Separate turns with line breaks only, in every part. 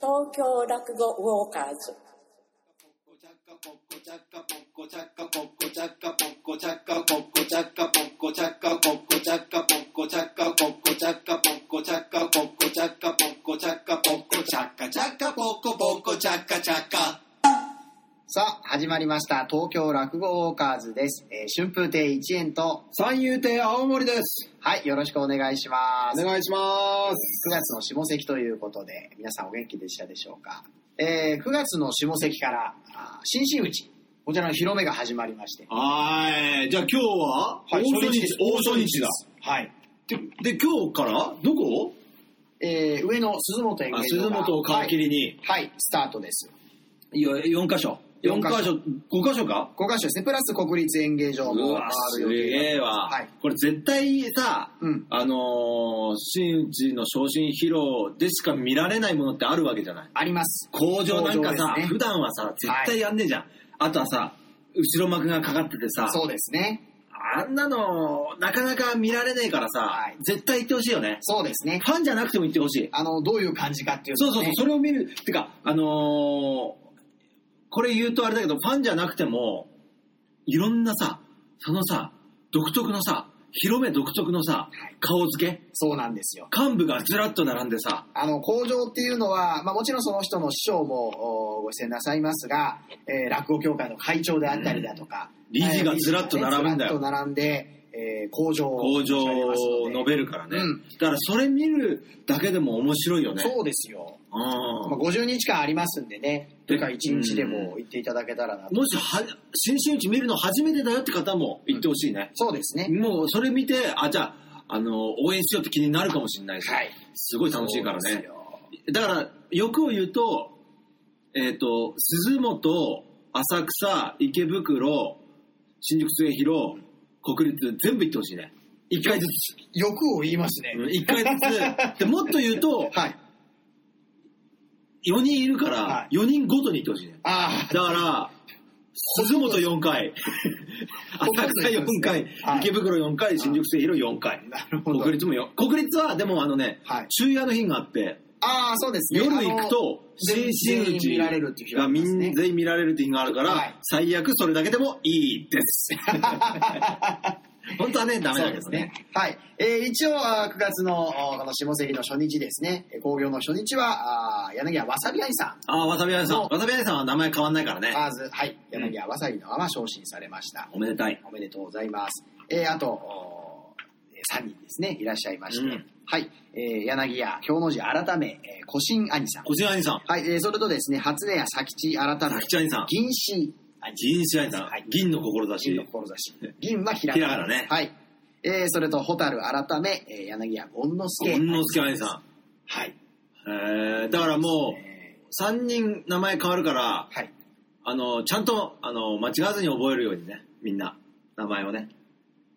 東京落語ウォーカーズ
さあ、始まりました。東京落語ウォーカーズです。えー春風亭一円と、
三遊亭青森です。
はい、よろしくお願いします。
お
9
願いします。
月の下関ということで、皆さんお元気でしたでしょうか。えー9月の下関から、あー新真打ち、こちらの広めが始まりまして、
はい。じゃあ今日は、大初日、大初日だ。
はい。
で、今日から、どこ
えー上の鈴本演芸
あ
場
鈴
が
本を皮切りに、
はい、はい、スタートです。
よ4箇所。
四
4
箇所
箇所、5箇所か
5カ所ですね、プラス国立演芸場
う
も
わ、
回
す
る予定
げえわ。
はい
これ絶対さ、
うん
あのー、真打ちの昇進披露でしか見られないものってあるわけじゃない。
あります。
工場なんか
工場
さ、
ですね
普段はさ、絶対やんねえじゃん。あとはさ、後ろ幕がかかっててさ、
そうですね。
あんなの、なかなか見られねえからさ、
はい
絶対行ってほしいよね。
そうですね。
ファンじゃなくても行ってほしい。
あの、どういう感じかっていうと、
そうそ
ね、
うそう、それを見る。てか、あのーこれ言うとあれだけど、ファンじゃなくても、いろんなさ、そのさ、独特のさ、広め独特のさ
はい、
顔付け、
そうなんですよ。
幹部がずらっと並んでさ、
あの、工場っていうのは、まあもちろんその人の師匠もおご出演なさいますが、えー落語協会の会長であったりだとか、
うん理事がずらっと並ぶんだよ
ずらっと並んで、えー工場を
工場
立ち上げます
を
の
述
で
べるからね。
うん
だからそれ見るだけでも面白いよね。
そうですよ。
うん
まあ、50日間ありますんでね、というか1日でも行っていただけたらなと。
もしは、新進打ち見るの初めてだよって方も行ってほしいね。
そうですね。
もうそれ見て、あ、じゃあ、あの、応援しようって気になるかもしれないし、
はい
すごい楽しいから
そうです
ね。
よ
だから、欲を言うと、えっ、と、鈴本、浅草、池袋、新宿末広、国立、全部行ってほしいね。一回ずつ。
欲を言いますね。
うん一回ずつ。で、もっと言う と、
はい。
4人いるか
は
ら
い、
4人ごとに行ってほしいね。
ああ、
だから、鈴本4回、 浅草4回、
はい
池袋4回、新宿末広4回。
なるほど。
国立もよ。国立は、でもあのね、
はい
昼夜の日があって、
ああ、そうですね。
夜行くと、
全
新真打
全員見られるっていう
ち
日があ
が
り
み
ますね
ん全員見られるっていう日があるか
はい
ら、最悪それだけでもいい です。本当はね、ダメだけどね。。
はい。えー一応、あー9月の、あーこの下関の初日ですね、えー興行の初日は、あー柳家わさび愛さん、
ああ、わさびあいさん。
そう
わさびあいさんは名前変わんないからね。
まず、はい、柳家わさびのまま昇進されました。
おめでたい。
おめでとうございます。えーあと、おー3人ですね、いらっしゃいまして、
うん
はい、えー柳家京の字改め、えー、古新兄さん。
小島兄さん。
はい、えーそれとですね、初音屋佐吉改め
佐、吉兄さん。
銀氏兄さん
銀志兄さん
はい。
銀の
銀の
志。
志。銀はひらがな。
ひらがなね
はい。えー、それと、ホタル改め、えー、柳家権之助。
権之助兄さん。
はい。
えーだからもう、
え
3人名前変わるから、
ーはい。
あの、ちゃんと、あの、間違わずに覚えるようにね、みんな、名前をね。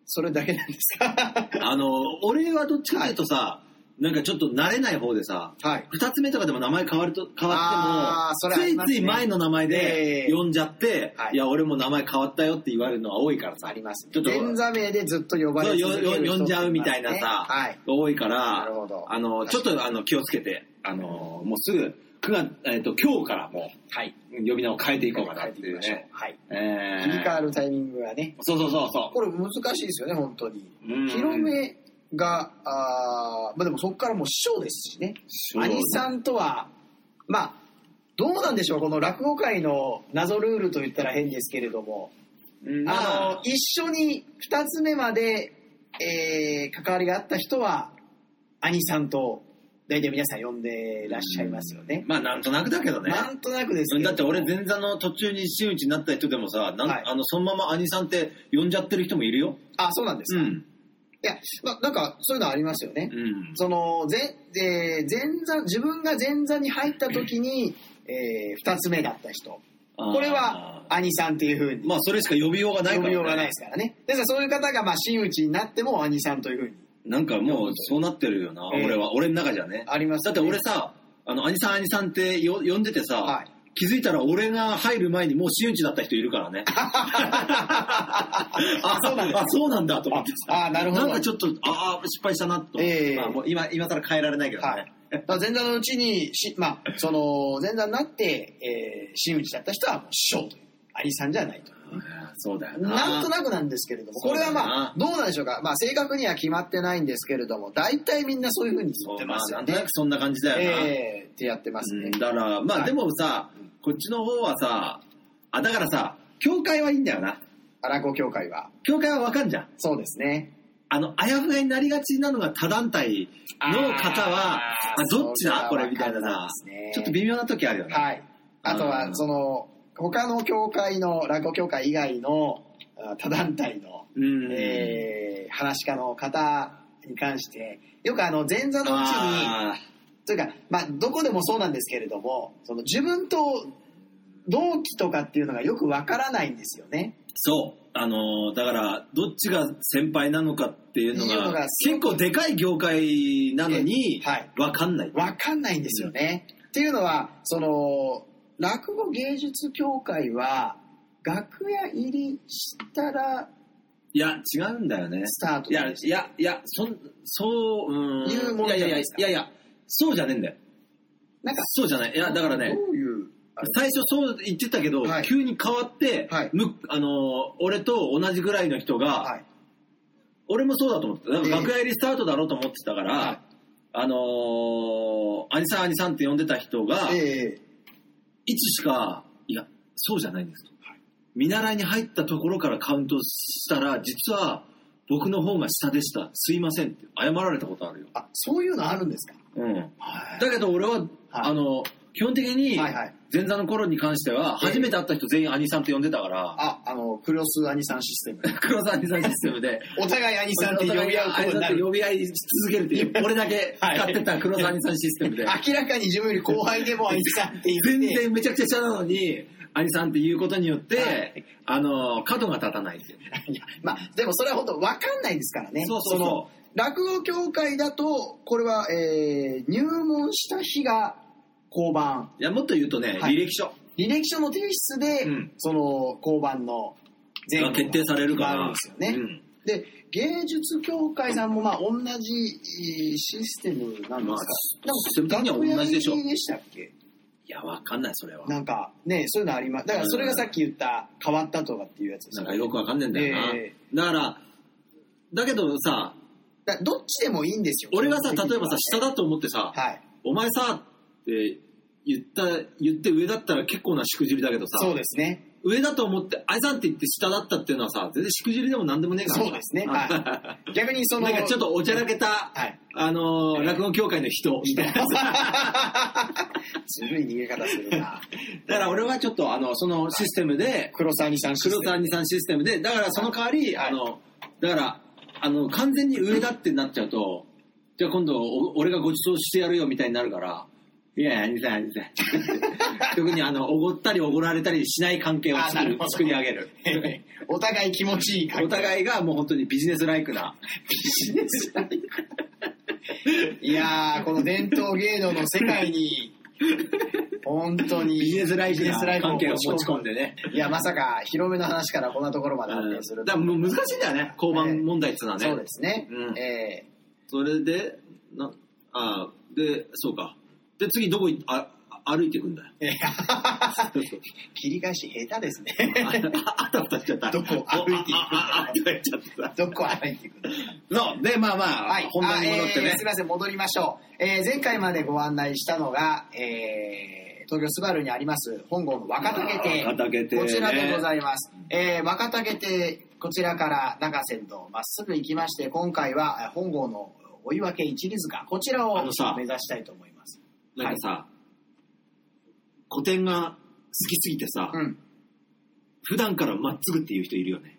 それだけなんです か
あの、俺はどっちかというとさ、なんかちょっと慣れない方でさ、
はい。
二つ目とかでも名前変わると、変
あ
わ
ーそ
っ
れ
ても、
ありますね
ついつい前の名前で
ええ
呼んじゃって、
はい
い、や、俺も名前変わったよって言われるのは多いからさ、
ありますね。
ちょっと
前座名でずっと呼ばれ続ける人
そうよよ呼んじゃうみたいなさ
ねはい。
多いから、
なるほど
あの、ちょっとあの気をつけて、あの、もうすぐ、9月、えっ、と、今日からも
はい。
う、呼び名を変えていこうかな
変
っ
え
て
てい
い
き
う
ましょう
ね。。
はい。
えー
切り替わるタイミングがね。
そうそうそうそ
これ難しいですよね、本当に。
う。うん
広めが、あーまあでもそこからもう師匠ですしね。
そう
兄さんとは、まあ、どうなんでしょう、この落語界の謎ルールと言ったら変ですけれども、
うん
あの、一緒に二つ目まで、えー関わりがあった人は、兄さんと、大体皆さん呼んでらっしゃいますよね。
まあなんとなくだけどね。
なんとなくですけど
だって俺前座の途中に真打ちになった人でもさ、なん
はい
あのそのまま兄さんって呼んじゃってる人もいるよ。
あ、そうなんですか。い
ん。
や、まあ、なんか、そういうのありますよね。
うん。
その、前、えー前座、自分が前座に入った時に、えー二つ目だった人。これは、
あー、
兄さんっていうふうに。
まあそれしか呼びようがないから、
呼びようがないですからね。ですからそういう方が、まあ、真打ちになっても、兄さんというふうに
なんかもうそうなってるよな、
ええ
俺は。俺の中じゃね。
あります
だ
よ
って
ね、
俺さ、あの、兄さん兄さんってよ呼んでてさ、
はい
気づいたら俺が入る前にもう真打ちだった人いる からね。あ
そうなんだ
あ、そうなんだと思ってさ。
ああなるほど
なんかちょっと、ああ、失敗したなと。
ええ
まあ、もう今、今更変えられないけどね。
はい。だから前座のうちにし、まあ、その、前座になって、えー、真打ちだった人は、もう師匠という、兄さんじゃないと。
ああそうだよな。
なんとなくなんですけれども、これはまあ、どうなんでしょうか。まあ、正確には決まってないんですけれども、大体みんなそういうふうに
そ
言っ
う
て
ま
ま
あ
す
な
よ
んとな
ね
く。そんな感じだよな。
ええってやってます
う
ね
ん。だから、ま
は
あ
い
でもさ、こっちの方はさ、あ、だからさ、教会はいいんだよな。
荒子協会は。
教会はわかんじゃん。
そうですね。
あの、あやふやになりがちなのが他団体の方は、あ
ー
どっちだこ
それ
れ
は
みたいなさ、
わかんないですね
ちょっと微妙な時あるよね。
はい。あと
う
は、
ん
その、他の協会の、落語協会以外の、あ他団体の、
うん。
えー、話し家の方に関して、よくあの、前座のうちに、
あ
というか、まあ、どこでもそうなんですけれども、その自分と同期とかっていうのがよくわからないんですよね。
ーそう。あのーだから、どっちが先輩なのかっていうの
いうの
が
が、
結構でかい業界なのに、
えはい
わかんない。
わかんないんですよね。っていうのは、その、落語芸術協会は、楽屋入りしたら
いや、違うんだよね。
スタート
いや、
なん
い
ですよ
や、いや、そん、そう、うん。
いうもの
い
じ
やいや
ゃない
い
ですか
やいや、そうじゃねえんだよ。
なんか、
そうじゃない。いや、だからね、
どういう、あれ
最初そう言ってたけど、
はい
急に変わって、
はい
むあのー俺と同じぐらいの人が、
はい。
俺もそうだと思ってただから
ええ
楽屋入りスタートだろうと思ってたから、
はい
あのー、兄さん兄さんって呼んでた人が、
え
いつしか、いや、そうじゃないんですと。見習いに入ったところからカウントしたら、実は僕の方が下でした。すいませんって謝られたことあるよ。
ーあ、そういうのあるんですか
うん。
は
だけど俺は、あの、基本的に、
はいはい
前座の頃に関しては、
ええ
初めて会った人全員兄さんって呼んでたから、
あ、あの、クロス兄さんシステム。
黒沢兄さんシステムで、
お互い兄さんって呼び合うことになる。
呼び合いし続けるって いう、俺だけ使ってた黒沢兄さんシステムで、
明らかに自分より後輩でも兄さんって言って。
全然めちゃくちゃ下なのに、兄さんっていうことによって、
はい
あの、角が立たないっていう。
いやまあ、でもそれは本当わかんないですからね。
そうそうそう
の落語協会だと、これは、えー入門した日が交番。
いや、もっと言うとね、
はい
履歴書。
履歴書の提出で、
うん
その交番の全
が決定されるから。
ですよね。
うん
で、芸術協会さんもまあ同じえーシステムなんです
まあシ
か。
ステム的には同じでしょ
楽屋入りでしたっけ
いや、わかんない、それは。
なんかね、そういうのあります。だからそれがさっき言った変わったとかっていうやつです
なんか
よね
よくわかんねえんだよな。
え
だから、だけどさ、
だからどっちでもいいんですよ。
俺がさ、
基本的
例え
には
ばさ、下だと思ってさ、
はい。
お前さ、って言った、言って上だったら結構なしくじりだけどさ、
そうですね。
上だと思って、あいさんって言って下だったっていうのはさ、全然しくじりでもなんでもねえから。
そうですね。はい。逆にその、
なんかちょっとおちゃらけた、
はい。
あのー落語協会の人みたいなさ。
ずるい逃げ方す るな。
だから俺はちょっと、あの、そのシステムで、
黒沢にさんシステ
黒
ム
谷さんシステムで、だからその代わり、
はい
あの、だから、あの、完全に上だってなっちゃうと、じゃあ今度お、俺がご馳走してやるよみたいになるから、いやいや、兄さん、 兄さん。特に、あの、おごったりおごられたりしない関係を
あな
作
る
る
ほど
作り上げる。
お互い気持ちいい
お
感じ。
互いがもう本当にビジネスライクな。
いやー、この伝統芸能の世 界に、本当に。
ビジネスライク
ビジネ
な
スライクを
関係を持
持
ち
ち
込
込
ん
ん
でね。
いや、まさか、広めの話からこんなところまで発展す
う
る
ん
と
だ
は。
からもう難しいんだよね、交番問題っていうのはね。
そうですね。
うん
え
それで、な、あーで、そうか。で、次どこ行っあ、あ歩いていくんだよ。
ーえー 切り返し下手です ね。
あたふたしちゃった。
どこ歩いていくんだ
ああああとか言っちゃってさ。
どこ歩いていくんだ
そう。で、まあまあ、
はい、
本題に戻って
あえ
ね
ーす。みません、戻りましょう。えー前回までご案内したのが、えー東京スバルにあります本郷の若竹亭。
あー若竹亭ね
こちらでございます。えー若竹亭、こちらから中山道まっすぐ行きまして、今回はえー本郷の追い分け一里塚、こちらを
あのさ
目指したいと思います。
なんかさ、古典が好きすぎてさ、
うん。
普段からまっつぐっていう人いるよね。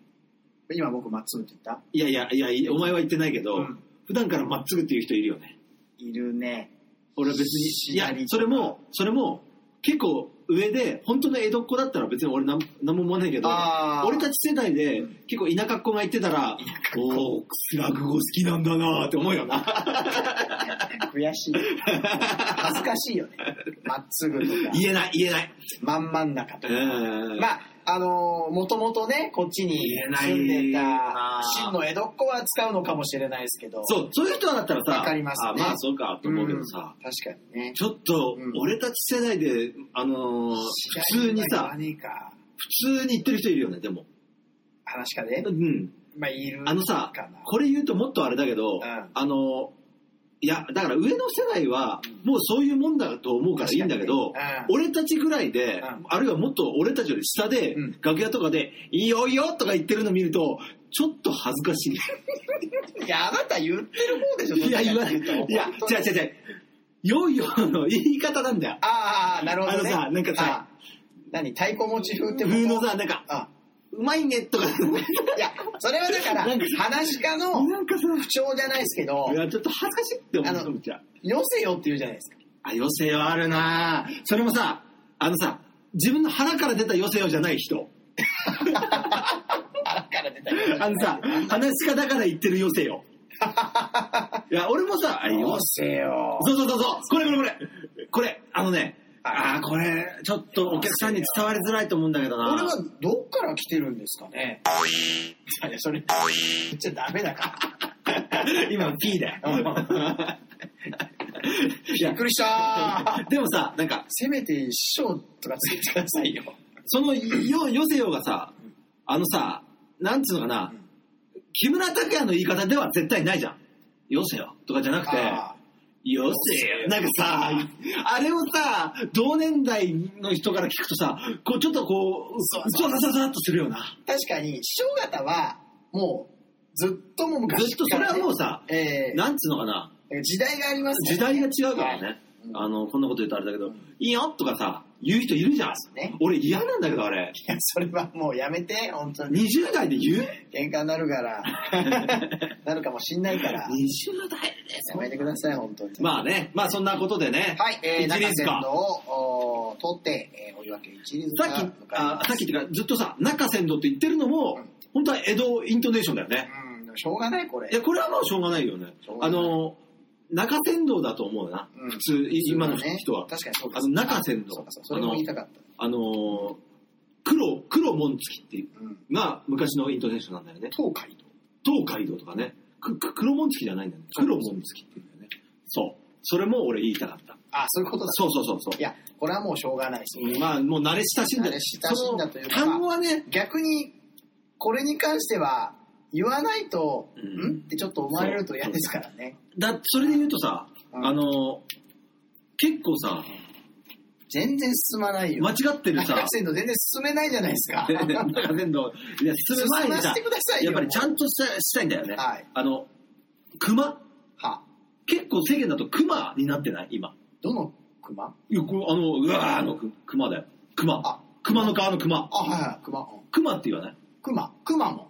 今僕、まっすぐって言った
いやいや、いやいや、お前は言ってないけど、
うん
普段からまっつぐっていう人いるよね。
いるね。
俺は別に、いや
左、
それも、それも、結構上で、本当の江戸っ子だったら別に俺なんなんも思わないけど、
あー
俺たち世代で結構田舎っ子が言ってたら、おおー、落語好きなんだなーって思うよ な。
悔しい。恥ずかしい よね。まっつぐとか、
言えない、言えない。
まんまん中と
う
か。
ん。
まあ、あのもともとね、こっちに
言えない
住んでた
な、
真の江戸っ子は使うのかもしれないですけど。
そう、そういう人だったらさ、
わかりますね
あまあそうかと思うけどさ、
うん確かにね。
ちょっと
うん
俺たち世代で、あのー普通に
知らない
さ
わ、ねえか
普通に言ってる人いるよね、でも。
話かね
う。ん。
まあ、いるかな。
あのさ、これ言うともっとあれだけど、
ん
あの、いや、だから上の世代は、もうそういうもんだと思うからいいんだけど、
確かにねうん
俺たちぐらいで、
うん
あるいはもっと俺たちより下で、
うん
楽屋とかで、いいよいいよとか言ってるの見ると、ちょっと恥ずかし
いや、あなた言ってる方でしょ、
い。いや、言わない。い
どっちかってうと
や、
本当に
違う違う違う。よいよの言い方なんだよ。
あーあー、なるほど、ね。
あのさなんかさ
あ、何太鼓持ち風ってこと
風のさ、なんか、
あ
うまいねとか、
いや、それはだから
なんか、
話し家の
なんかさ、
不調じゃないですけど
い、や、ちょっと恥ずかしいって思
あの
うじゃん。
よせよって言うじゃないですか。
あ、よせよあるなぁそれもさ、あのさ、自分の腹から出たよせよじゃない人。
腹から出たり
あのさ、話し家だから言ってるよせよ。いや、俺もさ、あよせ
せよ
そうそうそうそう、これこれこれ。これ、あのね、
はい
あーこれ、ちょっとお客さんに伝わりづらいと思うんだけど
こ
な
れはどっから来てるんですかねいや、それ、言っちゃダメだから。
今、P だよ
うん。
いや
びっくりした
でもさ、なんか、
せめて師匠とかつけてくださいよ。
そのよ、よせよがさ、あのさ、なんつうのかな、木村拓哉の言い方では絶対ないじゃん。よせよとかじゃなくて、
あ
よせよ。なんかさ、あれをさ、同年代の人から聞くとさ、こうちょっとこう、
そう
ざざざざっとするよな。
ー確かに、師匠方は、もう、ずっともう
ず
昔
っとそ
か
れ
らね、
はもうさ、
えー
なんつうのかな、
時代がありますね
時代が違うから
は
ね。
い
あの、こんなこと言うとあれだけど、いいよとかさ、言う人いるじゃん
ね。
俺嫌なんだけど、あれ。
いやそれはもうやめて、本当に。
20代で言う
喧嘩になる から、なるかもしんないから、や
?20 代で
めてください、本当に。
まあね、まあそんなことでね。
はい、え
一
ー、中
律
線
か。
のをおー取って、えー、お湯分け一律
さっき、あさっきっていうか、ずっとさ、中仙道って言ってるのも、
うん
本当は江戸イントネーションだよね。
うん、でもしょうがない、これ。
いや、これはもうしょうがないよね
しょう。が
あ
ない
の、中仙道だと思うな。
うん
普通、い今の人は。
確かにそう
あの、中仙
そ
道
うかそう。そ
あ
れも
の
言い、たかった。
あの、黒、黒門付きっていう
うん。
のが昔のイントネーションなんだよね。
東海道。
東海道とかね。くく黒門付きじゃないんだよね。黒門付きっていうんだよね。そう。それも俺言いたかった。
あ、そういうことだ。
そうそうそうそう
い。や、これはもうしょうがないです、
うんまあ、もう慣れ親しんだ
慣れ親しんだというか
その単語はね、
逆に、これに関しては、言わないと、
うん
んってちょっと思われると嫌ですからね。
だそれで言うとさ、
うん
あの、結構さ、
全然進まないよ。
間違って るさ
中、線の全然進めないじゃないですか。
ねなんか全道、いや、進む前
進
に
ま
さ
せて、ください
や
よ。
っぱりちゃんとしたしたいんだよね。
はい
あの、熊、
は、
結構世間だと熊になってない今。
どの熊
いやこうあの、うわーのく熊だよ。熊
あ。
熊の川の熊。
あ、はいはい、熊。うん
熊って言わない
熊、熊も。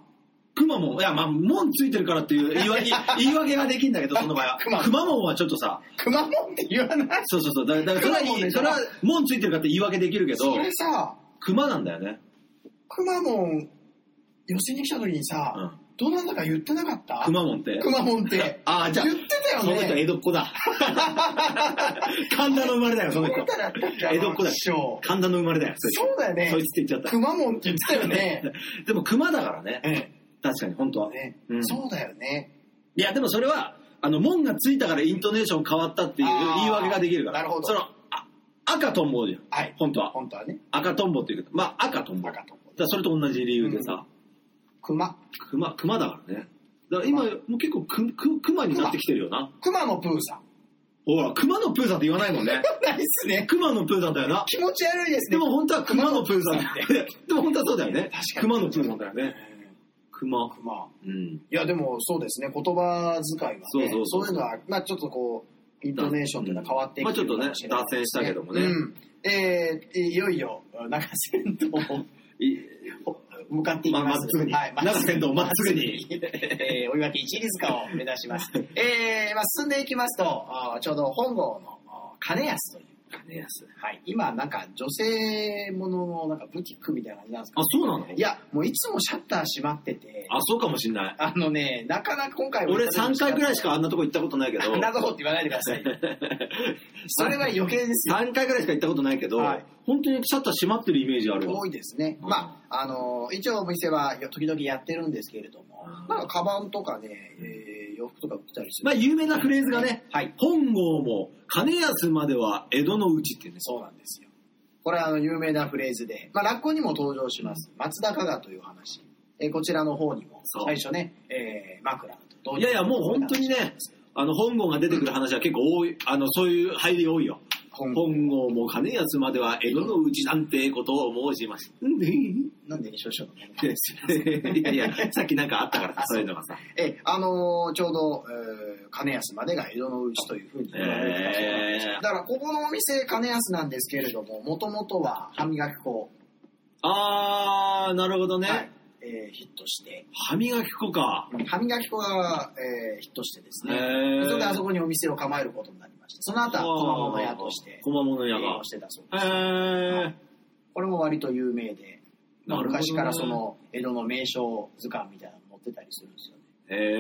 熊も、いや、まあ、門ついてるからっていう言い訳、言い訳ができんだけど、その場合は。
熊
熊門はちょっとさ、
熊もって言わない
そうそうそう。だだから、それ
熊門
は、
でしょ
それは、門ついてるかって言い訳できるけど
そ、れさ、
熊なんだよね。
くまモン、寄せに来た時にさ、
うん
どなたか言ってなかった
熊門って。
くまモンって。
ああ、じゃあ、
言ってたよね
その人は江戸っ子だ。神田の生まれだよ、その人
言っ。たらあったんじゃん
江戸っ子だ
師匠。
神田の生まれだよ。そいつ
そうだよね
そいつって言っちゃ
く
っ
まモンって言ってたよ ね。
た。でも熊だからね。
え
確かに、本当は。
えね
うん
そうだよね。
いや、でもそれは、あの、門がついたからイントネーション変わったっていう
あー
言い訳ができるから。
なるほど
その、あ赤とんぼじゃん。
はい
本当は。
本当はね、
赤とんぼっていうけど、まあ赤とんぼ。
バ
だか
カと思う。
らそれと同じ理由でさ、
くま、
熊、熊だからね。だから今、もう結構く、く、熊になってきてるよな。
くまのプーさん。
ほら、熊のプーさんって言わないもん ね。
ないっすね。
熊のプーさんだよな。
気持ち悪いです
で
ね。
も本当は熊のプーさんって。 でも本当はそうだよね。
確か
熊
に
のプーさんだよね。熊。
くま。
うん。
いや、でもそうですね、言葉遣いはね、
そうそうそう
いうのは、まあちょっとこう、イントネーションというのは変わっていくていうのかしれないです
まあちょっとね脱線したけど
うんえーいよいよ、中山道
い
を向かっていきます。
ままっすぐに
はい、
中山道まっすぐに
まっすぐにえー、おいわけ一里塚を 目指します。えー、まあ進んでいきますと、あーちょうど本郷のあー金安という、
金安。
はい、今なんか女性もののなんかブティックみたいな感じなんですか
あ、そうなの
いやもういつもシャッター閉まってて
あ、そうかもしんない。
あのねなかなか今回は
俺3回ぐらいしかあんなとこ行ったことないけど、
あんなとこって言わないでください それは余計ですよ
3回ぐらいしか行ったことないけど、
はい
本当にシャッター閉まってるイメージあるわ
多。いですね、
うん
まああの一応お店は時々やってるんですけれども
うん
なんかカバンとかね、えー洋服とか売ってたりする
まあ、有名なフレーズがね、
はい
本郷も金安までは江戸のうちっていうんです。
そうなんですよこれはあの有名なフレーズで、まあ、落語にも登場します松田加賀という話えーこちらの方にも
そう
最初ね、えー、枕と同
い
時に
やいや、もう本当にね、あの、本郷が出てくる話は結構多い、あの、そういう入り多いよ。
本
本郷も金安までは江戸のうちなんてことを申します。うん
なんで西尾師匠のね
いやいや、さっきなんかあったからさ、そういうのがさ。
ええあのーちょうど、えー金安までが江戸のうちというふうに言われてたそうなんですよ
へー
だからここのお店金安なんですけれどももともとは歯磨き粉、
あー、なるほどね。
はいえーヒットして
歯磨き粉か。
歯磨き粉が、えーヒットしてです
へ
ね
ー
それであそこにお店を構えることになりましたその後は駒物屋として
小間物
営
屋が
業。してたそうです
へー。
これも割と有名で、
なるほどね
昔からその江戸の名所図鑑みたいなの持ってたりするんですよね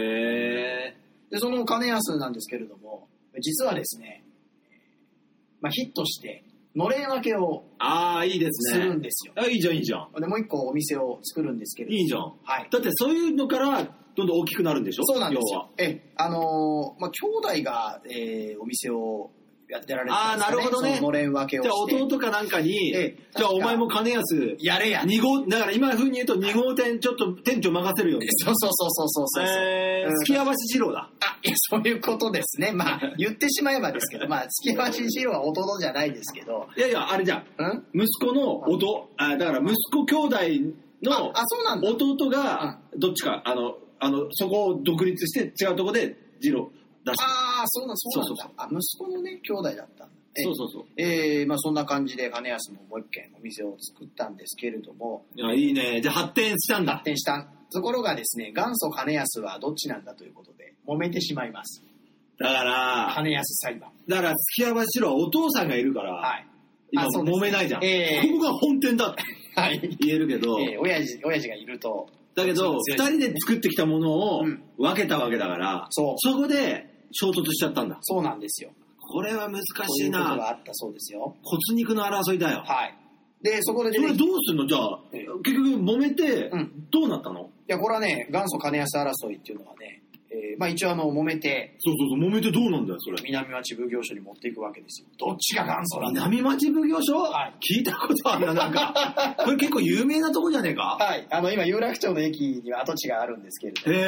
へ
でその金安なんですけれども実はですね、まあ、ヒットしてのれん分けを
ー。あー、いいです
す
ね。
るんですよ
あ、いいじゃん、いいじゃん。
でもう一個お店を作るんですけれども
いいじゃん。
はい
だってそういうのから、どんどん大きくなるんでしょ
そうなんです
要
よ
は。
ええあのーまあ兄弟が、えーお店をやってられてたんですか
あーなるほどね
そののれん分けを
じゃあ
して
弟かなんかに、
ええ
じゃあお
確か
前も金安、
やれや
二号、だから今風に言うと二号店、ちょっと店長任せるよね。
そうそうそうそうそうそうそう
え
うん
ー、月屋橋二郎だ。
あ、いや、そういうことですね。まあ、言ってしまえばですけど、まあ、月橋二郎は弟じゃないですけど、
いやいや、あれじゃん。
うん
息子の弟、あだから息子兄弟の
あ、そうなんだ。
弟が、どっちか、あの、あの、そこを独立して違うとこで二郎出した。
ああ、そうなんそうなんだ
そう
あ、息子のね、兄弟だったんだ。え
そうそうそう。
えーまあ、そんな感じで、金安ももう一軒お店を作ったんですけれども、
いや、いいね。じゃあ発展したんだ。
転したところがですね、元祖金安はどっちなんだということで、揉めてしまいます。
だから、
金安裁判。
だから月屋橋二郎はお父さんがいるから、
はい。
今
あそうです
揉めないじゃん。
ええ
ここが本店だって
はい。
言えるけど、
えー、親父、親父がいると、
だけど、
そう
二
ですね
人で作ってきたものを
うん
分けたわけだから、
そう
こで衝突しちゃったんだ。
そうなんですよ。
これは難
こう
し
い
いう
こと
な。
があったそうですよ。
骨肉の争いだよ。
はい。で、そこで出
そ
て
れ
き
どうすんのじゃあ
ええ、
結局揉めて
うん、
どうなったの、
いや、これはね、元祖金安争いっていうのはね、えーまあ一応あの、揉めて、
そうそうそう、揉めてどうなんだよ、それ。
南町奉行所に持っていくわけですよ。どっちが元祖なんだ
南町奉行所、
はい
聞いたことあるな、なん か。これ結構有名なとこじゃねえか
はい。あの、今、有楽町の駅には跡地があるんですけれども、
へ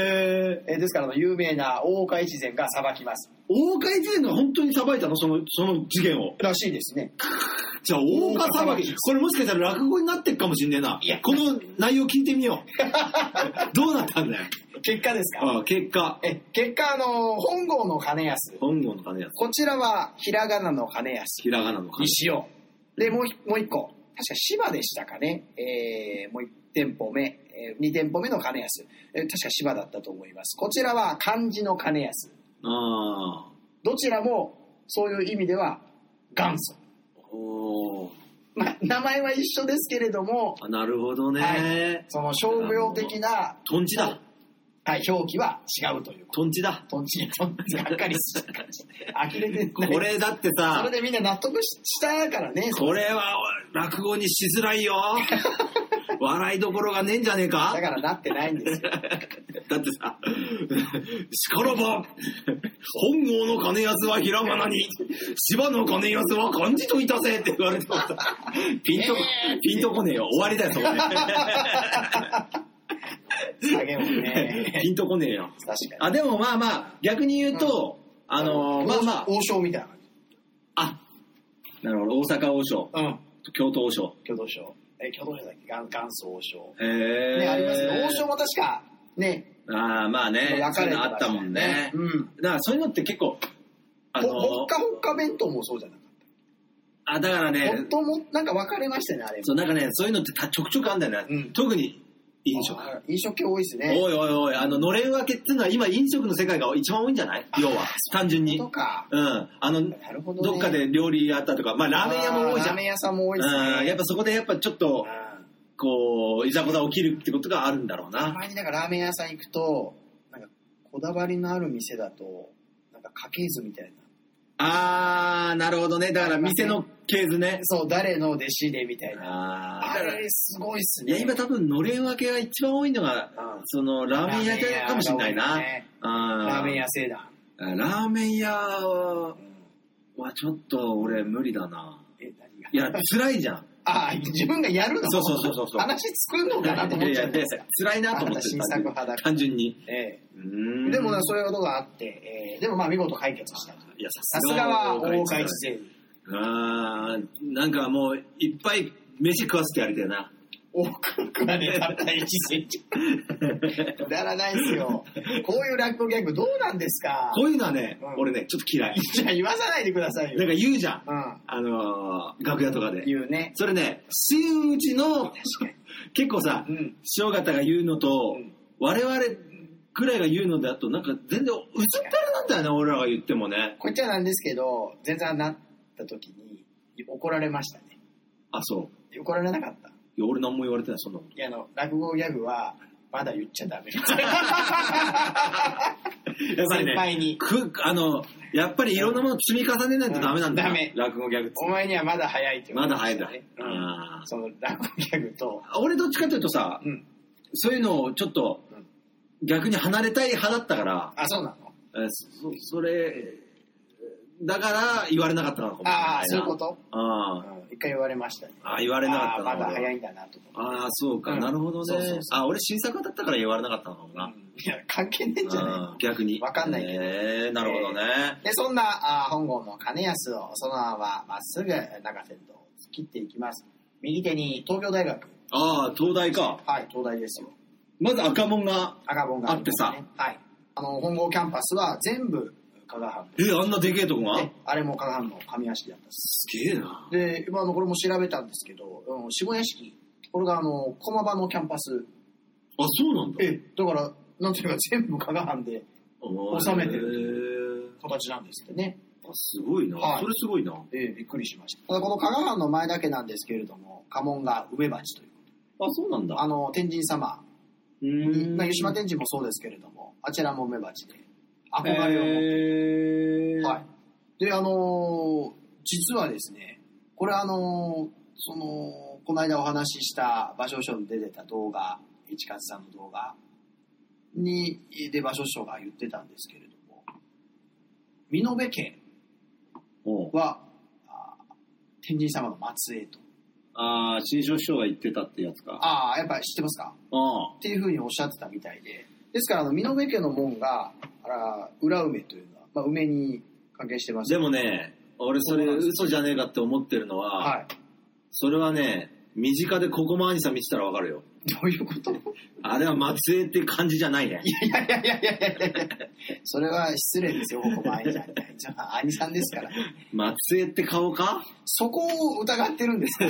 え。
えーですから、あの、有名な大岡越前が裁きます。
大岡一年が本当に裁いたのその、その事件を。
らしいですね。
じゃあ、大岡
大岡
裁
裁
き
き。
これもしかしたら落語になってっかもしんねえな。
いや
この内容聞いてみよ う。どうなったんだよ。
結果ですか
ああ結果。
え、結果、あの、本郷の金安。
本郷の金やつ。
こちらは、ひらがなの金安
ひらがなの金
に。しよう。で、もうひ、もう一個。確か芝でしたかね。えーもう一店舗目。えー、2店舗目の金安。えー確か芝だったと思います。こちらは漢字の金安。
ああ。
どちらもそういう意味では元祖。
おー
まあ、名前は一緒ですけれども、
あなるほどね。
はいその商業的な、
トンチだ。
はい、表記は違うという。
トンチだ。
とんちんとんちがっかりする感じ。呆れてん
こ
ね
れだって
それ
さ、
でみんな納得ししたからね。
これは落語にしづらい よ。笑いどころがねえんじゃねえか
だからなってないんですよ。
だってさ、しからば、本郷の金安はひらがなに、芝の金安は漢字といたせって言われてもさ、ピンと、ピンとこねえよ。終わりだよ、そこ
下げもね
で。。ピンとこねえよ。
確かに。
あ、でもまあまあ、逆に言うと、あのーまあまあ、
王将みたいな感じ。
あ、なるほど、大阪王将、
うん。
京都王将。
共同賞。え、共同賞だっけ元元祖王将。
へえ
ね、ありますね。王将も確か、ね、
ああ、まあね、
分
そ
か
うい
れ
う
て
のあ
ま
っ
した
た
よ
もんね。
うん。
だからそういうのって結構、あのー
ほほっかほっか弁当もそうじゃなかっ
あ、だから
た。
ね
ほっ、とも、なんか分かれましたよね、あれも。
そう、なんかね、そういうのってたちょくちょくあんだよね。
うん
特に、飲食。
あ飲食系多いですね。
おいおいおい、あの、のれん分けっていうのは今飲食の世界が一番多いんじゃない要は、単純に。
と
うん。
か。
あの、
なるほど、ね。
どっかで料理屋あったとか、まあラーメン屋も多いじゃ
あーラー
ん。
メン屋さんも多いです
うん
ね。
やっぱそこでやっぱちょっと、こう、いざこざ起きるってことがあるんだろう
うんた
な。
まになんかラーメン屋さん行くと、なんかこだわりのある店だと、なんか家系図みたいな。
あー、なるほどね。だから店の系図ね。
そう、誰の弟子でみたいな。
あ
あ
ー。
れ、すごいっす
い
ね。
や、今多分、のれん分けが一番多いのが、
うん
その、ラーメン屋系かもしれないな。
ラーメン
屋。
屋生だ。
ラーメン屋は
うん
ちょっと俺無理だな。
え、何が
いや、辛いじゃ ん。
あ、自分がやるの
そうそうそうそうそう
話作るのかなと思っちゃう
いやいやで辛いなと思って
あなた新作派だ
単純に。
え
うー
え
ん
でもね、そういうことがあって、えーでもまあ見事解決した。
いや、
さすがは大岡一善。
あーなんかもう、いっぱい飯食わせてやりたい な。
大岡はね、たった一善じ ゃん。くだらないですよ。こういう落語ギャグどうなんですか
こういうのはね
うん、
俺ね、ちょっと嫌い。
じゃあ言わさないでください
なん
よ。
か言うじゃん。
うん。
あのー、楽屋とかで。
言うね。
それね、真打ちの、結構さ
う、ん。
塩方が言うのと、
うん
我々くらいが言うのだと、なんか全然薄っぺらなんだよね、俺らが言ってもね。
こっちはなんですけど、全然なった時に怒られましたね。
あ、そう。
怒られなかった。
いや、俺何も言われてない、そんなこと。
いや、あの、落語ギャグは、まだ言っちゃダメ。
やっぱり
先輩に
ね、く、あの、やっぱりいろんなもの積み重ねないとダメなんだよ。
うんダメ
落語ギャグって。
お前にはまだ早いって言わ
ま
れ
だ早
し
いん
た
だ。
ね
あ
うんその落語ギャグと、
ー俺どっちかというとさ、
うん。
そういうのをちょっと
うん、
逆に離れたい派だったから、
あ、そうなの
えーそそれ、だから言われなかったのかもしれないな。
ああ、そういうこと
あ
うん一回言われましたね。
ああ、言われなか
あ
った
あ、
な
まだ
俺は
早いんだなと思って。
ああ、そうか、
うん
なるほどね。
そうそうそ
あ、俺新作だったから言われなかったのかもな。
うんいや、関係ねえんじゃ
う
なん
逆に。
わかんないけど
えーなるほどね。
いで、そんな、あー本郷の金安をそのまままっすぐ中線と切っていきます。右手に東京大学。
ああ、東大か。
はい、東大ですよ。
まず赤門が、
赤本がります
あって
ね。はい。あの、本郷キャンパスは全部加賀藩
え、あんなでけえとこが
ね、あれも加賀藩の上屋敷だったんです。
すげえな。
で、今あのこれも調べたんですけど、うん、下屋敷、これがあの、駒場のキャンパス。
あ、そうなんだ。
え、だから、なんていうか全部加賀藩で収めて
る。
形なんですってね。
あ、すごいな。
はい
それすごいな。
ええびっくりしました。ただこの加賀藩の前だけなんですけれども、家紋が上鉢という。
あ、そうなんだ。
あの、天神様、
う
まあ、湯島
で
天神もそうですけれども、あちらも上鉢で、憧
憧
れを持って
れ
はい。。で、あのー実はですね、これあのーその、この間お話しした芭蕉師匠の出てた動画、市勝さんの動画に、で、芭蕉師匠が言ってたんですけれども、美濃部家
おう
は、あー天神様の末裔と。
ああ、新庄師匠が言ってたってやつか。
ああ、やっぱり知ってますか
あ
っていうふうにおっしゃってたみたいで、ですから、あの、美濃部家の門が、あら、裏梅というのは、まあ、梅に関係してま
あ。
す。
でもね、俺それ嘘じゃねえかって思ってるのは、
は
それはね、身近でここま兄さん見てたらわかるよ。
い。どういうこと
あれは末裔って感じじゃないね。
いやいやいやいやいやいやそれは失礼ですよ、ここも兄さんに対して。兄さんですから。
末裔って顔か
そこを疑ってるんですかい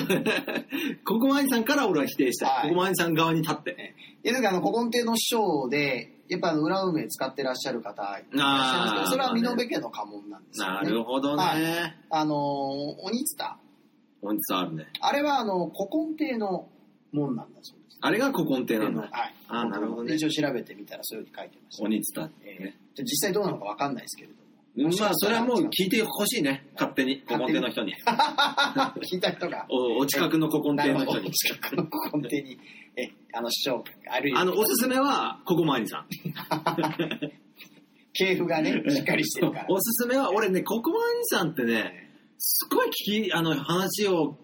ここま兄さんから俺は否定した。
はい
ここま兄さん側に立って。
や、だからあの、古今亭の師匠で、やっぱあの、裏梅使ってらっしゃる方、いらっしゃいますけど、それは美濃部家の家紋なんですよ、ね。
なるほど
はい
ね。
あのー、鬼津田。
本日あるね。
あれはあの、古今亭の門なんだそうです。
あれが古今亭なんだ
はい。。
あーなるほどね
一応調べてみたらそういうふうに書いてました。
鬼伝って
えー
ね。
じゃあ実際どうなのかわかんないですけれども。
まあ、それはもう聞いてほしいね。勝手に。古今亭の人に。
聞いた人が。
おお近くの古今
な
亭
る
の
ほ
人
ど
に。
近くの根底に、え、あの、師匠、あるい
あ
は、
の、おすすめは、ここま兄さん。
系譜がね、しっかりしてるから。
おすすめは、俺ね、ここま兄さんってね、すごい聞き、あの、話を、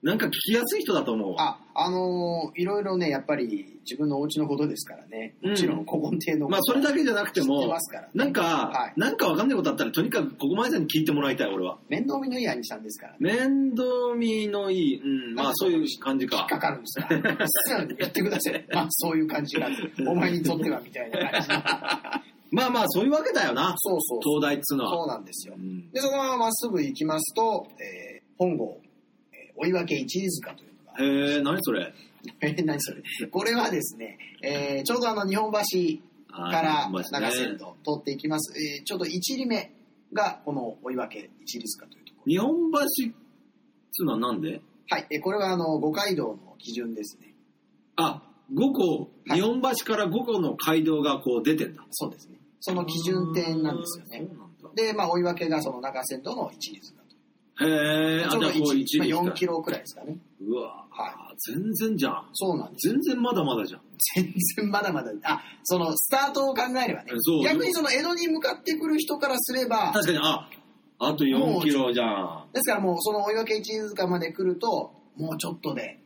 なんか聞きやすい人だと思うわ。
あ、あのーいろいろね、やっぱり自分のお家のことですからね。
うん
もちろん、古今亭のこと。
まあそれだけじゃなくて
知って
も
ますからね、
なんか、
はい
なんかわかんないことあったら、とにかくここまでさんに聞いてもらいたい、俺は。
面倒見のいい兄さんですからね。
面倒見のいい、うん、まあそういう感じ
引
か
っ。かかるんですから。素直に言ってくださ い。まあ、そういう感じが、お前にとってはみたいな感じ。
まあまあそういうわけだよな、
そうそうそう。
東大っつうの
そう
は。
なんですよ
う。ん
で、そのまままっすぐ行きますと、えー本郷、えー追分一里塚というのが
へえ、何それ
えー何それこれはですね、えーちょうどあの日本橋
あー
から
うまい
長
です
瀬
ね
戸通っていきます、えーちょうど1里目がこの追分け一里塚というところ
日本橋っつうのはなんで
はい、えーこれはあの五街道の基準ですね
あ、5個、
は
日
い
本橋から5個の街道がこう出てんだ。
そうですねその基準点なんですよ
あー
ね
そう
で、まあ、追分けがその中山道の一里塚と
なんだ。へえ、あ、
ち
じゃ
ょうど
あこう
1、
一
ま
日
あ、4
か
キロくらいですかね
うわ
は
全然じゃん。
そうなんです
全然まだまだじゃん。
全然まだまだあそのスタートを考えればね
そう
逆にその江戸に向かってくる人からすれば
確かに、あ、あと4キロじゃん。
ですからもうその追分一里塚まで来るともうちょっとで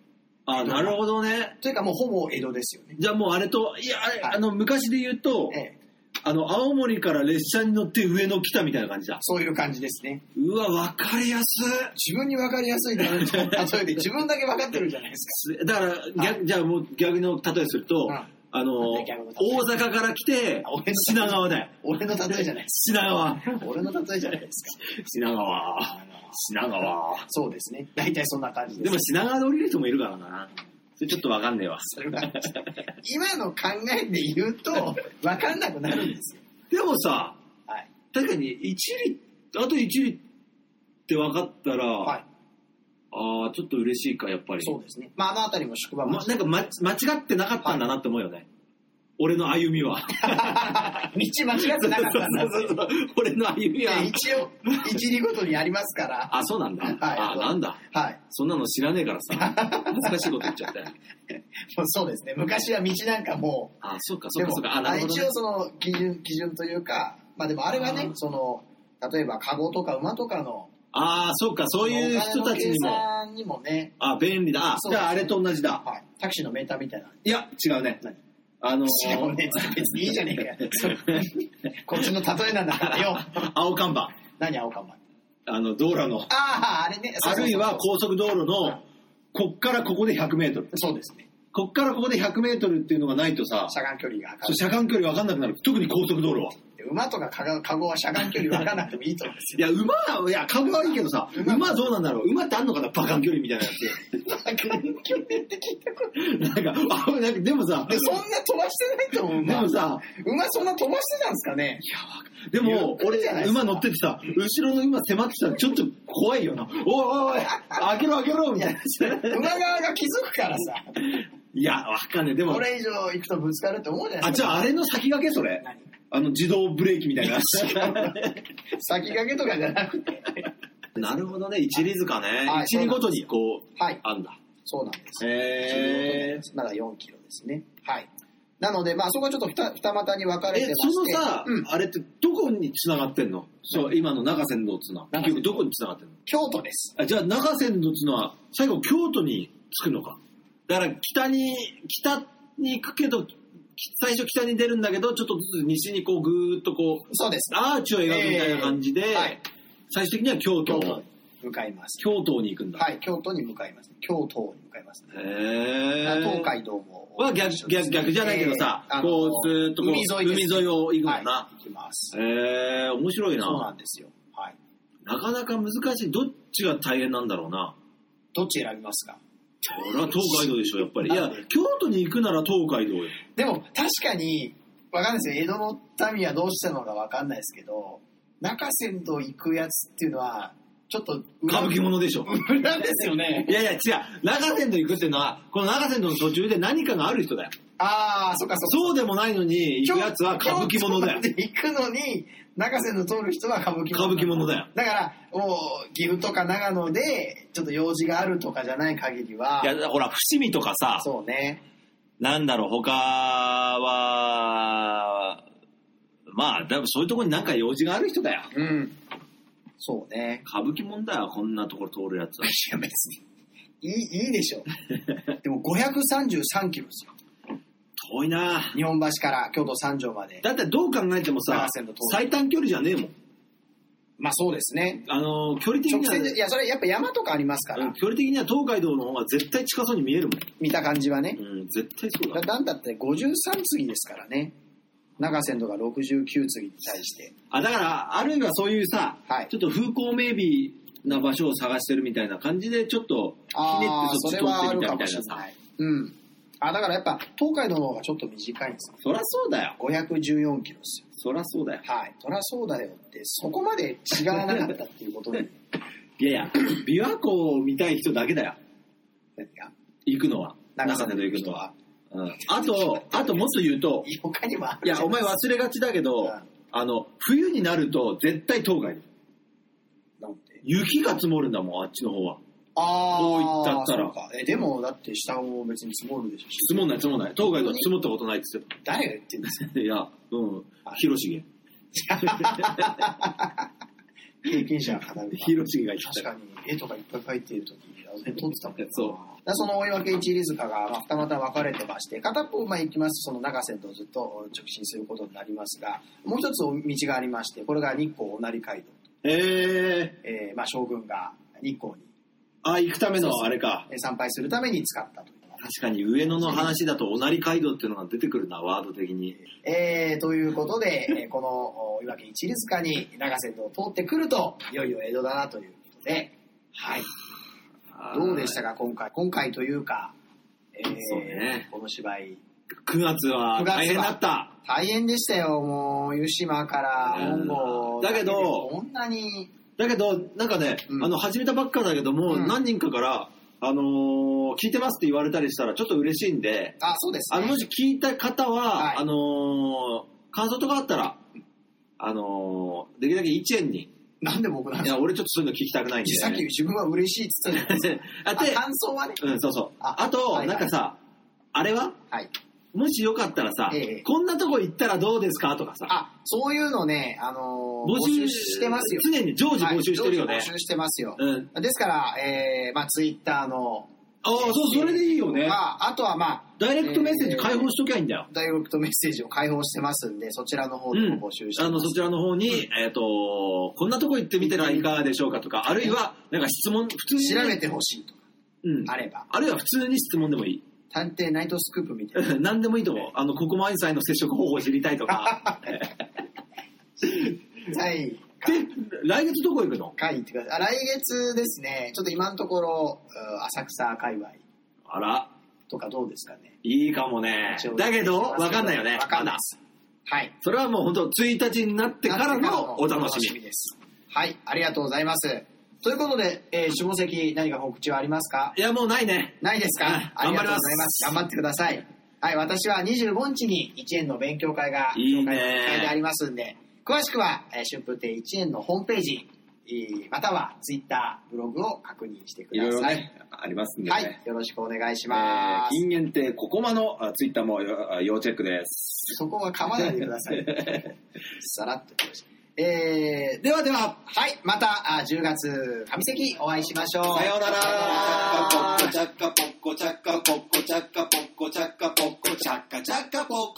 あ、なるほどね。
というかもうほぼ江戸ですよね。
じゃあもうあれと、いや、あれ、
はい
あの、昔で言うと、
ええ、
あの、青森から列車に乗って上野来たみたいな感じだ。
そういう感じですね。
うわ、わかりやす
自分に分かりやすい例え と例えで自分だけ分かってるじゃないです
い。だから、逆じゃあもう逆の例えすると、
うん
あの、
なん
大
だ逆の例え
阪から来て
か。、俺の
品川だよ。
俺の例えじゃない です
品川。
か。俺の例えじゃないですか。
品川。品川。
そうですね。大体そんな感じです。
でも品川で降りる人もいるからな。それちょっとわかんねえわ。
それは今の考えで言うと分かんなくなるんですよ。
でもさ、
はい。
確かに1里、あと1里って分かったら、
はい。
ああ、ちょっと嬉しいか、やっぱり。
そうですね。まああの辺りも宿場
ま、
町。
なんか、ま、間違ってなかったんだなって思うよね。俺の歩み は。
道間違ってなかったんだっ
そう
て
そうそう俺の歩みは。
で一応、一里ごとにありますから。
あ、そうなんだ。
はい
あ、なんだ。
はい。
そんなの知らねえからさ。難しいこと言っちゃったよ。
もうそうですね。昔は道なんかもう、
あ、そうか、そ
で
うか、
も
そうか。あ、なるほど、
一
ね
応。その基準基準というか、まあ、でもあれは
あ
ね
ー
その例えば籠とか馬とかの
ああ、そうか、そういう人たちに
お金の計
も。
算にもね、
あ、便利だ。あ、
そう
じゃああれと同じだ。
はい、タクシーのメーターみたいない
や、違うね
何。
あの
違 うね別にいいじゃねえかよそれこっちの例えなんだから よ
青看板。
何青看板
あの、道路の。
あああれねそう
あ
そうそう
るいは高速道路の、こっからここで100メートル。
そうですね
こっからここで100メートルっていうのがないとさ、
車間距離が
そう
測
車間距離分かんなくなる。特に高速道路は。
る馬とか籠籠は車間距離分からなくてもいいと思うんです
いや、馬は、いや、株はいいけどさ、
馬
馬はどうなんだろう。馬ってあんのかな馬間距離みたいなや
よ車間距離って聞いたことない
つ。 なんか、あなんかでもさ、
でそんな飛ばしてないと思う
で
馬
もさ、
馬そんな飛ばしてたんですかね
でも、
ゆっく
俺
りじゃない、ですか
馬乗っててさ、後ろの馬迫ってきたらちょっと怖いよな。おいおいおい、開けろ開けろみたいな。
馬側が気づくからさ
いや、わかんねえ。でも
こ、れ以上行くとぶつかるって思うじゃない
あ、
です
じ
か。
ゃああれの先駆けそれ。あの、自動ブレーキみたいな。
先駆けとかじゃなくて。
なるほどね、一里塚ね
はい
一里ごとにこう、
はい。
あんだ。
そうなんです。
へえ。
まだ4キロですね。はい。なので、まあそこはちょっと二二股に分かれて
え
まし、
その
て。
さ、
うん
あれってどこに繋がってんのそう、今の中線の綱。
中
結
山
局どこに繋がってんの
京都です。
あじゃあ中線の綱は最後京都に着くのか。だから北に、北に行くけど、き最初北に出るんだけど、ちょっとずつ西にこうぐーっとこう、
そうです。
アーチを描くみたいな感じで、
えーはい
最終的には京都
京、都に向かいます。
京都に行くんだ。
はい。京都に向かいます。京都に向かいます。
へー
東海道も。
は逆逆逆じゃないけどさ、
えーあの
こうずーっとこう
海沿いです。
海沿いを行く
は
の
い。
な。
行きます。
へえ面白い
そうな
な。
んですよ。はい。
なかなか難しい。どっちが大変なんだろうな。
どっち選びますか
俺は東海道でしょ、やっぱり。い
な
や
んで、
京都に行くなら東海道よ。
でも確かにわかんないですよ江戸の民はどうしたのかわかんないですけど中山道行くやつっていうのはちょっと裏
歌舞伎者でしょ。
裏ですよね
いやいや、違う。長線道行くっていうのは、この長線道の途中で何かがある人だよ。
ああそっかそっか
そうでもないのに、行くやつは歌舞伎者だよ
京。都まで行くのに中山道通る人は歌舞伎
歌舞伎者だよ。
だからもう岐阜とか長野でちょっと用事があるとかじゃない限りはい
や、ほら、伏見とかさ、
そうね
なんだろう、他は、まあ、だいぶそういうところになんか用事がある人だよ。
うんそうね
歌舞伎もんだよ、こんなところ通るやつは。
いや別にいいいいで しょでも533キロですよ
遠いな
日本橋から京都三条まで。
だってどう考えてもさ
長瀬の通り、
最短距離じゃねえもん。
まあそうですね。
あの、距離的
直
には、
線で、いや、それやっぱ山とかありますか
うん
ら、
距離的には東海道の方が絶対近そうに見えるも
見た感じはね。
ん。うん、絶対そう
だ
だ。
なんだって53次ですからね。長瀬のが69次に対して。
あ、だから、あるいはそういうさ、
はい
ちょっと風光明媚な場所を探してるみたいな感じで、ちょっと、ひね
あ
っ
あ、
てそ
そ
っち
れ
取
は
っ
あ
て
る
みた
か
みた
も
い
しれ
なさ
な。い。うん。あ、だからやっぱ、東海の方がちょっと短いんですよ。
そりゃそうだよ。
514キロですよ。
そりゃそうだよ。
はい。そりゃそうだよって、そこまで違わなかったっていうこと に。
いやいや、 琵琶湖を見たい人だけだよ。
何が
行くのは。
長
中
さ
瀬
で
と
行
行
く
くの
の
は
は。
うん。あと、あともっと言うと、
他にもある
いや、お前
は
忘れがちだけ
う
ど
ん、
あの、冬になると絶対島外。
なんて
雪が積もるんだもん、あっちの方は。
ああ
こう言っちゃったら
そうかえでもだって下も別に積もるでしょ
積もんない、積もんない。島外は積もったことないっつって
誰が言ってんですか
た。いや、うん。広重。
経験者が語るか
広重が言ってた。
確かに絵とかいっぱい描いてる時にあの辺撮ってたもんな
そう
だからその追い分け一里塚がまあ二股分かれてまして片方まあ行きますその長瀬とずっと直進することになりますがもう一つお道がありましてこれが日光お成街道、
えー、
えーまあ、将軍が日光に
あ、行くためのあれか。
えー参拝するために使ったという
確かに上野の話だと、おなり街道っていうのが出てくるな、ワード的に。
えーということで、えーこのおいわけ一里塚に長瀬戸を通ってくると、いよいよ江戸だなということで、はい。どうでした
か
か、今回。今回というか、えー
そうね
この芝居、
?9 月は
九月は
大変だった。
大変でしたよ、もう、湯島から
うん
本郷。
だけど
こんなに、
だけど、なんかね、
うん
あの、始めたばっかだけども、
うん
何人かから、あのー聞いてますって言われたりしたら、ちょっと嬉しいんで、
あ、そうです、
あの、
ね
も。し聞いた方は、
はい
あのー感想とかあったら、あのーできるだけ1円に、
なんで僕なん
い
です
や、
か
俺ちょっとそういうの聞きたくないんで。
さっき自分は嬉しいって言ってたじゃないです
あ
か。
で
あ感想はね。
うん、そうそう。あ
あ
と、
はいは
ないんかさ、あれは
はい。
もしよかったらさ、
ええ
こんなとこ行ったらどうですかとかさ、
あ、そういうのね、あのー募集してますよ。
常に常時募集してるよね。
はい常時募集してますよ。
うん。
ですから、えー、まあ、ツイッターの。
ああ、そう、それでいいよね
ま。あ、あとはまあ、
ダイレクトメッセージ開放しときゃいいんだよ。
ダイレクトメッセージを開放してますんで、そちらの方でも募集して
あ
ま
の、そ
す。
ちらの方に、えっ、と、こんなとこ行ってみたらいかがでしょうかとか、あるいは、なんか質問、普通に、
調べてほしいとか、
うん。
あれば。
あるいは普通に質問でもいい。
探偵ナイトスクープみたいな。
何でもいいと思う。あの、ここマインサイの接触方法を知りたいと か。
はい。
で、来月どこ行くの
会行ってください。あ来月ですね、ちょっと今のところ、うん浅草界隈
あら、
とかどうですかね。
いいかもね。だけど、わかんないよね。
わかん
ま
ない
だ
です。はい。
それはもう本当1日になってからのお楽しみ。
です。はい。ありがとうございます。ということで、えー、下関何か告知はありますか
いや、もうないね。
ないです
は
か
い
ありがとうございます。頑張ってください。はい、私は25日に1円の勉強会が、
いいね
教会でありますんで、詳しくは、えー春風亭1円のホームページ、えーまたはツイッター、ブログを確認してください。、
ありますん
はい、よろしくお願いします。
金限定ここまのツイッターも要チェックです。
そこは噛まないでくだ さい。さらっと言いました。えー、ではでは、はい、またあ10月上関お会いしましょう。
さようなら
チャッカポッコチャッカポッコチャッカポッコチャッカポッコチャッカポッコチャッカチャッカポッ